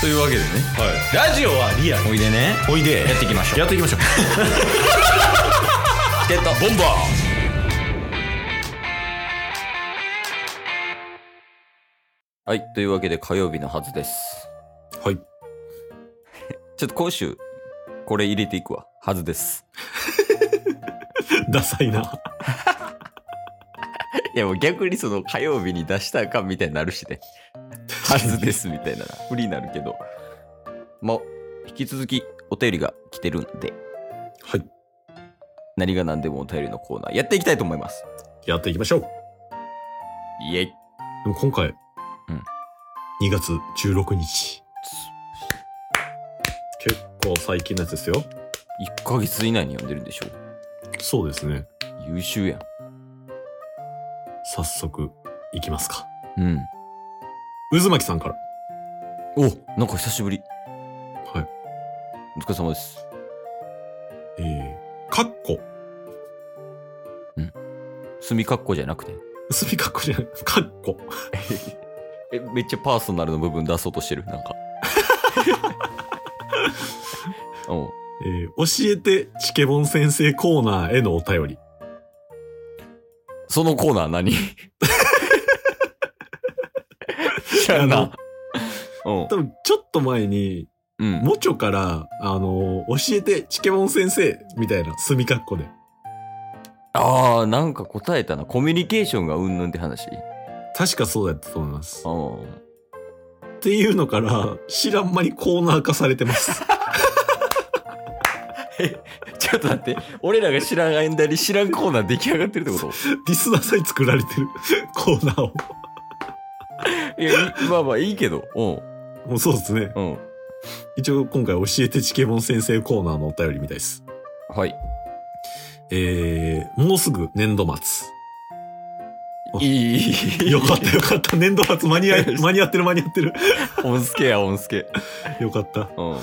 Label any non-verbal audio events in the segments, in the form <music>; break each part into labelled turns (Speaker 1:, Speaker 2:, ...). Speaker 1: というわけでね
Speaker 2: ラジオはリアル
Speaker 1: おいでね
Speaker 2: おいで
Speaker 1: やっていきましょう
Speaker 2: やっていきましょう
Speaker 1: チケットボンバーはい。というわけで火曜日のはずです。
Speaker 2: はい。
Speaker 1: ちょっと今週、これ入れていくわ。はずです。
Speaker 2: <laughs> ダサいな。
Speaker 1: <laughs> いやもう逆にその火曜日に出したらあかんみたいになるしね。はずですみたいな。不利になるけど。まあ、引き続きお便りが来てるんで、
Speaker 2: はい。
Speaker 1: 何が何でもお便りのコーナーやっていきたいと思います。
Speaker 2: やっていきましょう。で
Speaker 1: イェイ。
Speaker 2: も今回、
Speaker 1: うん
Speaker 2: 2月16日。結構最近のやつですよ。
Speaker 1: 1ヶ月以内に読んでるんでしょ
Speaker 2: そうですね。
Speaker 1: 優秀やん。
Speaker 2: 早速、いきますか。
Speaker 1: うん。
Speaker 2: 渦巻さんから。
Speaker 1: おなんか久しぶり。
Speaker 2: はい。
Speaker 1: お疲れ様です。
Speaker 2: えー、かっこ。
Speaker 1: 墨括弧じゃなくて。
Speaker 2: すみかっこじゃない。かっこ。
Speaker 1: え、めっちゃパーソナルの部分出そうとしてる。なんか。お <laughs> う
Speaker 2: えー、教えて、チケボン先生コーナーへのお便り。
Speaker 1: そのコーナー <laughs> 何知らん
Speaker 2: あ
Speaker 1: な
Speaker 2: の。
Speaker 1: うん
Speaker 2: 多分、ちょっと前に、
Speaker 1: うん。
Speaker 2: もちょから、あのー教えて、チケボン先生、みたいな、すみかっこで。
Speaker 1: ああ、なんか答えたな。コミュニケーションがうんぬんって話。
Speaker 2: 確かそうだったと思います。
Speaker 1: うん。
Speaker 2: っていうのから、知らん間にコーナー化されてます。
Speaker 1: <laughs> ちょっと待って。俺らが知らん間に知らんコーナー出来上がってるってこと
Speaker 2: リスナーさんに作られてる <laughs> コーナーを。
Speaker 1: <laughs> いや、いまあまあいいけど。う
Speaker 2: もうそうですね。
Speaker 1: ん。うん。
Speaker 2: 一応今回教えてチケボン先生コーナーのお便りみたいです。
Speaker 1: はい。
Speaker 2: えー、もうすぐ年度末。
Speaker 1: <laughs> いい、いい、
Speaker 2: よかったよかった。年度末間に合い、間に合ってる間に合ってる。
Speaker 1: 音助や、音助。
Speaker 2: よかった。
Speaker 1: うん。うん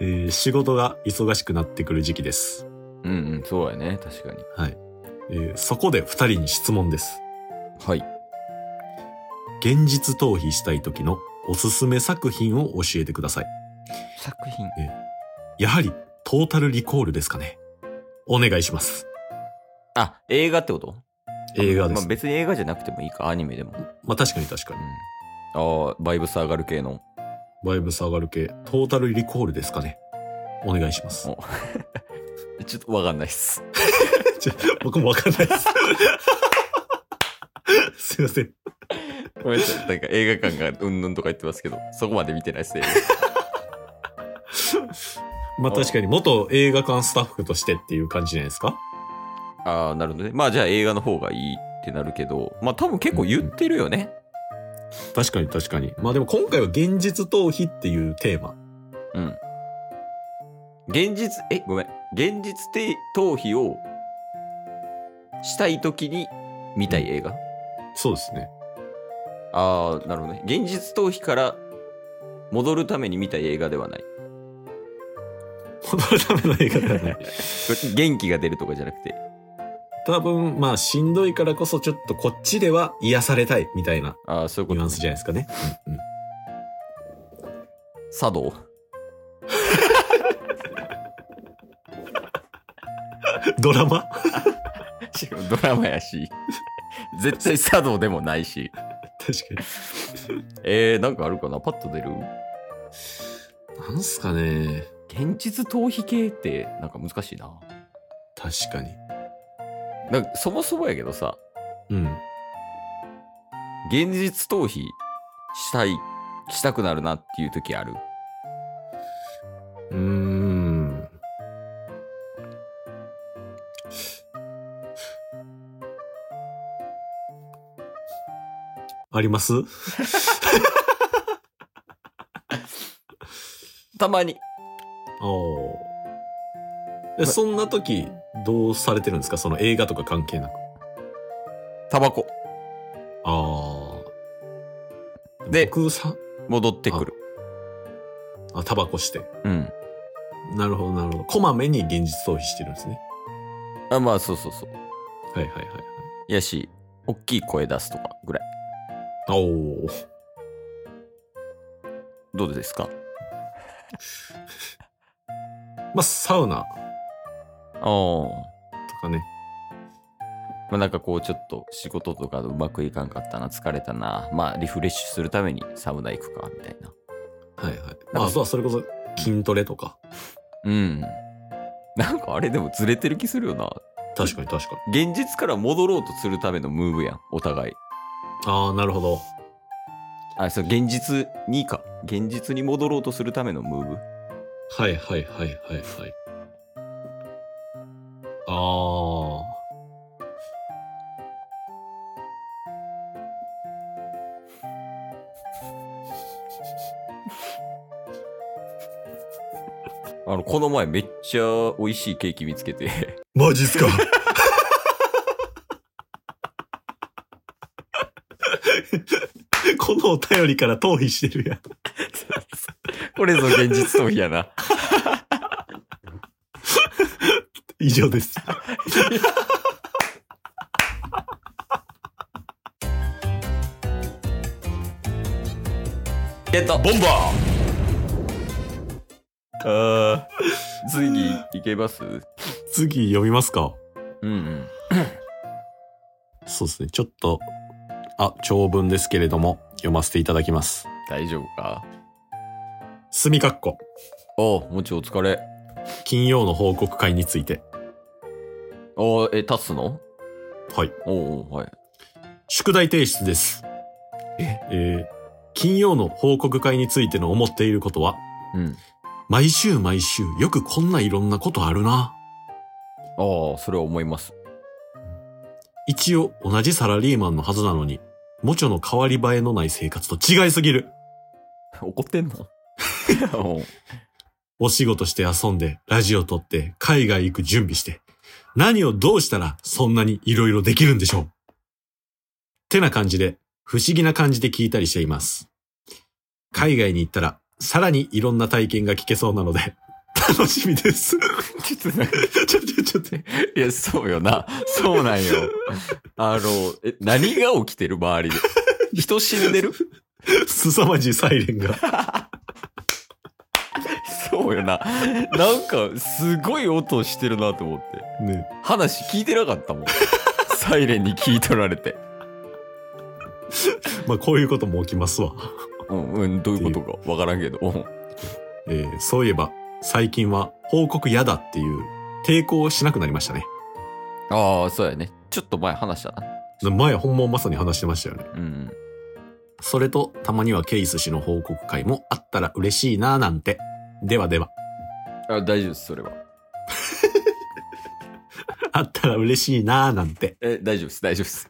Speaker 2: えー、仕事が忙しくなってくる時期です。
Speaker 1: うん、そうやね。確かに。
Speaker 2: はい。えー、そこで二人に質問です。
Speaker 1: はい。
Speaker 2: 現実逃避したい時のおすすめ作品を教えてください。
Speaker 1: 作品。
Speaker 2: やはり、トータルリコールですかね。お願いします。
Speaker 1: あ、映画ってこと
Speaker 2: 映画で。
Speaker 1: ますあ
Speaker 2: まあ、
Speaker 1: 別に映画じゃなくてもいいか、アニメでも。
Speaker 2: 確かに確かに。
Speaker 1: ああ、バイブス上がる系の。
Speaker 2: バイブス上がる系、トータルリコールですかね。お願いします
Speaker 1: お。ちょっとわかんないっす。
Speaker 2: <laughs> ちょ僕もわかんない <laughs> です。すいません。
Speaker 1: ごめんなさい。 <laughs> なんか映画館がうんぬんとか言ってますけど、そこまで見てないっす、映
Speaker 2: まあ確かに元映画館スタッフとしてっていう感じじゃないですか
Speaker 1: 画ああ、なるほどね。まあじゃあ映画の方がいいってなるけど、まあ多分結構言ってるよね。
Speaker 2: 確かに確かに。まあでも今回は現実逃避っていうテーマ。
Speaker 1: うん。現実、え、ごめん。現実て逃避をしたいときに見たい映画、
Speaker 2: そうですね。
Speaker 1: ああ、なるほどね。現実逃避から戻るために見たい映画ではない。
Speaker 2: 戻るための映画では <laughs> ない。
Speaker 1: 元気が出るとかじゃなくて。
Speaker 2: 多分、まあしんどいからこそちょっとこっちでは癒されたいみたいな
Speaker 1: ああ、そういうこ
Speaker 2: ニ
Speaker 1: と、
Speaker 2: ュアン
Speaker 1: ね
Speaker 2: ス。じゃないですかね。うんうん
Speaker 1: 茶道。
Speaker 2: ドラマ
Speaker 1: しかもドラマやし。絶対茶道でもないし。
Speaker 2: 確か
Speaker 1: えー、なんかあるかなパッと出る
Speaker 2: に。なんすかね。
Speaker 1: 現実逃避系ってなんか難しいな。
Speaker 2: 確かに。
Speaker 1: なんかそもそもやけどさ、
Speaker 2: うん。
Speaker 1: 現実逃避したい、したくなるなっていう時ある。
Speaker 2: うーん。あります
Speaker 1: たまに。
Speaker 2: おえ、そんな時、どうされてるんですかその映画とか関係なく。
Speaker 1: タバコ。
Speaker 2: ああ。
Speaker 1: で
Speaker 2: 僕さ、
Speaker 1: 戻ってくる。
Speaker 2: あ、タバコして。
Speaker 1: うん。
Speaker 2: なるほど、なるほど。こまめに現実逃避してるんですね。
Speaker 1: あ、まあそうそうそう。
Speaker 2: はいはいはいはい。
Speaker 1: やし、大きい声出すとかぐらい。
Speaker 2: おお。
Speaker 1: どうですか
Speaker 2: まあ、サウナ
Speaker 1: おー
Speaker 2: とかね。
Speaker 1: まあ、なんかこうちょっと仕事とかうまくいかんかったな疲れたなまあリフレッシュするためにサウナ行くかみたいな
Speaker 2: はいはい。まあ、あとはそれこそ筋トレとか。
Speaker 1: うんなんかあれでもずれてる気するよな
Speaker 2: 確かに確かに。
Speaker 1: 現実から戻ろうとするためのムーブやんお互い
Speaker 2: ああ、なるほど。
Speaker 1: あそう現実にか現実に戻ろうとするためのムーブ
Speaker 2: はいはいはいはいはい。あ
Speaker 1: あのこの前めっちゃ美味しいケーキ見つけて <laughs>
Speaker 2: あ。マジっすか <laughs> このお便りから逃避してるやん。
Speaker 1: これぞ現実逃避やな
Speaker 2: 以上です。
Speaker 1: ゲットボンバーあー次いけます
Speaker 2: 次読みますか
Speaker 1: うんうん
Speaker 2: そうですね。ちょっと、あ、長文ですけれども、読ませていただきます。
Speaker 1: 大丈夫か
Speaker 2: すみかっこ。
Speaker 1: おうもちお疲れ
Speaker 2: 金曜の報告会について。
Speaker 1: おうえ立つの
Speaker 2: はい。
Speaker 1: おうおうはい
Speaker 2: 宿題提出です。
Speaker 1: え
Speaker 2: えー金曜の報告会についての思っていることは、
Speaker 1: うん
Speaker 2: 毎週毎週よくこんないろんなことあるな。
Speaker 1: ああそれは思います
Speaker 2: 一応同じサラリーマンのはずなのに、もちょの変わり映えのない生活と違いすぎる。
Speaker 1: 怒ってんの <laughs> おう
Speaker 2: お仕事して遊んで、ラジオ撮って、海外行く準備して、何をどうしたらそんなにいろいろできるんでしょうてな感じで、不思議な感じで聞いたりしています。海外に行ったら、さらにいろんな体験が聞けそうなので、 <laughs> 楽しみです。 <laughs>
Speaker 1: ちょっとなんか
Speaker 2: ちょ、ちょ、ちょっと、
Speaker 1: いやそうよなそうなんよあのえ何が起きてる周りで人死んでる
Speaker 2: 凄まじいサイレンが。
Speaker 1: そうよななんかすごい音してるなと思って
Speaker 2: ね。
Speaker 1: 話聞いてなかったもんサイレンに聞い取られて
Speaker 2: まあ、こういうことも起きますわ。
Speaker 1: うんうんどういうことかわからんけどうん
Speaker 2: えーそういえば、最近は報告嫌だっていう抵抗をしなくなりましたね。
Speaker 1: ああそうやねちょっと前話したな
Speaker 2: 前、本もまさに話してましたよね。
Speaker 1: うん
Speaker 2: それと、たまにはケイス氏の報告会もあったら嬉しいなぁなんて。ではで <laughs> は、
Speaker 1: あ大丈夫ですそれは
Speaker 2: あったら嬉しいなぁなんて。
Speaker 1: え大丈夫です大丈夫です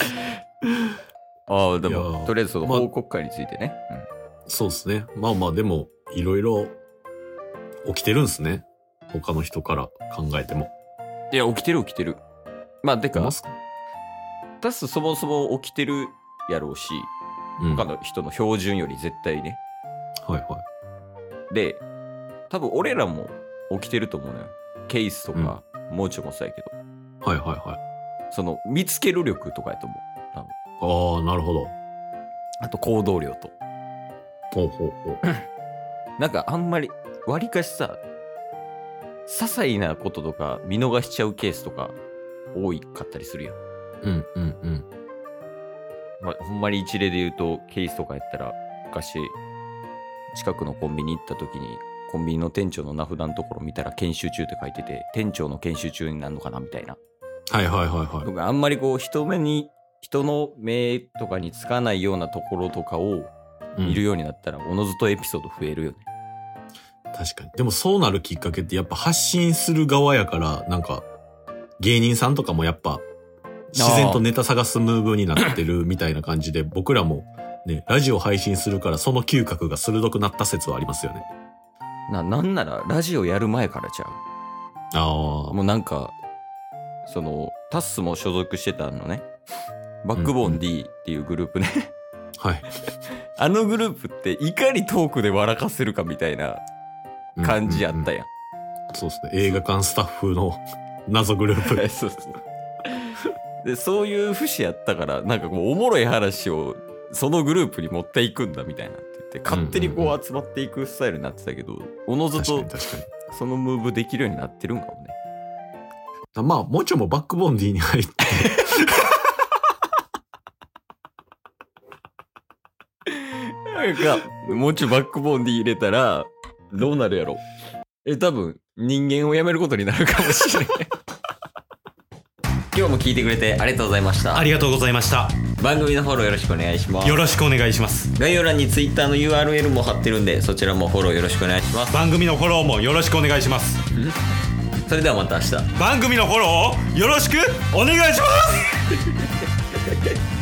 Speaker 1: <laughs> ああで
Speaker 2: いや
Speaker 1: も
Speaker 2: ー
Speaker 1: とりあえずその
Speaker 2: まあ
Speaker 1: 報告会についてね、
Speaker 2: そうですね。まあまあ、でも、いろいろ起きてるんですね。他の人から考えても。
Speaker 1: うんいや起きてる起きてるまあてか
Speaker 2: マスク
Speaker 1: 出すそもそも起きてるやろうし
Speaker 2: うん。
Speaker 1: 他
Speaker 2: はい
Speaker 1: の人の標準より絶対ね
Speaker 2: は
Speaker 1: で多分俺らも起きてると思うのよケースとか、もうちょいもそうやけど
Speaker 2: い。はいはいはい。
Speaker 1: その見つける力とかやと思う
Speaker 2: ああ、なるほど。
Speaker 1: あと行動量と
Speaker 2: ほうほうほう。
Speaker 1: なんかあんまり割りかしさ些細なこととか見逃しちゃうケースとか多かったりするよ、
Speaker 2: うんうんうん。
Speaker 1: まあ、ほんまに一例で言うとケースとかやったら昔近くのコンビニ行った時にコンビニの店長の名札のところ見たら研修中って書いてて店長の研修中になるのかなみたいな
Speaker 2: はいはいはいはい。
Speaker 1: 僕あんまりこう人目に人の目とかにつかないようなところとかを
Speaker 2: うん
Speaker 1: 見るようになったらおのずとエピソード増えるよね、
Speaker 2: 確かに。でもそうなるきっかけってやっぱ発信する側やから、なんか、芸人さんとかもやっぱ、自然とネタ探すムーブになってるみたいな感じで、僕らもね、ラジオ配信するからその嗅覚が鋭くなった説はありますよね。
Speaker 1: ななんならラジオやる前からちゃ
Speaker 2: あ
Speaker 1: うもうなんかそのタッスも所属してたの
Speaker 2: <laughs>
Speaker 1: ねバックボーン D っていうグループね、
Speaker 2: あ、はい。
Speaker 1: あのグループっていかにトークで笑かせるかみたいな感じや
Speaker 2: う
Speaker 1: っ
Speaker 2: んうんう
Speaker 1: た
Speaker 2: ん
Speaker 1: やん,、
Speaker 2: そうですね。映画館スタッフの謎グループ。
Speaker 1: そうそうでそういう節やったからなんかこうおもろい話をそのグループに持っていくんだみたいなって言って勝手に
Speaker 2: うんう
Speaker 1: こ
Speaker 2: ん
Speaker 1: う集まっていくスタイルになってたけどおのず
Speaker 2: 確かに
Speaker 1: と
Speaker 2: 確かに。
Speaker 1: そのムーブできるようになってるんかもね
Speaker 2: だまあ、もうちょいもバックボンディに入って。
Speaker 1: なんかもうちょいバックボンで入れたらどうなるやろえ多分人間を辞めることになるかもしれない <laughs> 今日も聞いてくれてありがとうございました
Speaker 3: ありがとうございました。
Speaker 1: 番組のフォローよろしくお願いします
Speaker 3: よろしくお願いします。
Speaker 1: 概要欄に Twitter の URL も貼ってるんでそちらもフォローよろしくお願いします
Speaker 3: 番組のフォローもよろしくお願いします。
Speaker 1: それではまた明日
Speaker 3: 番組のフォローをよろしくお願いします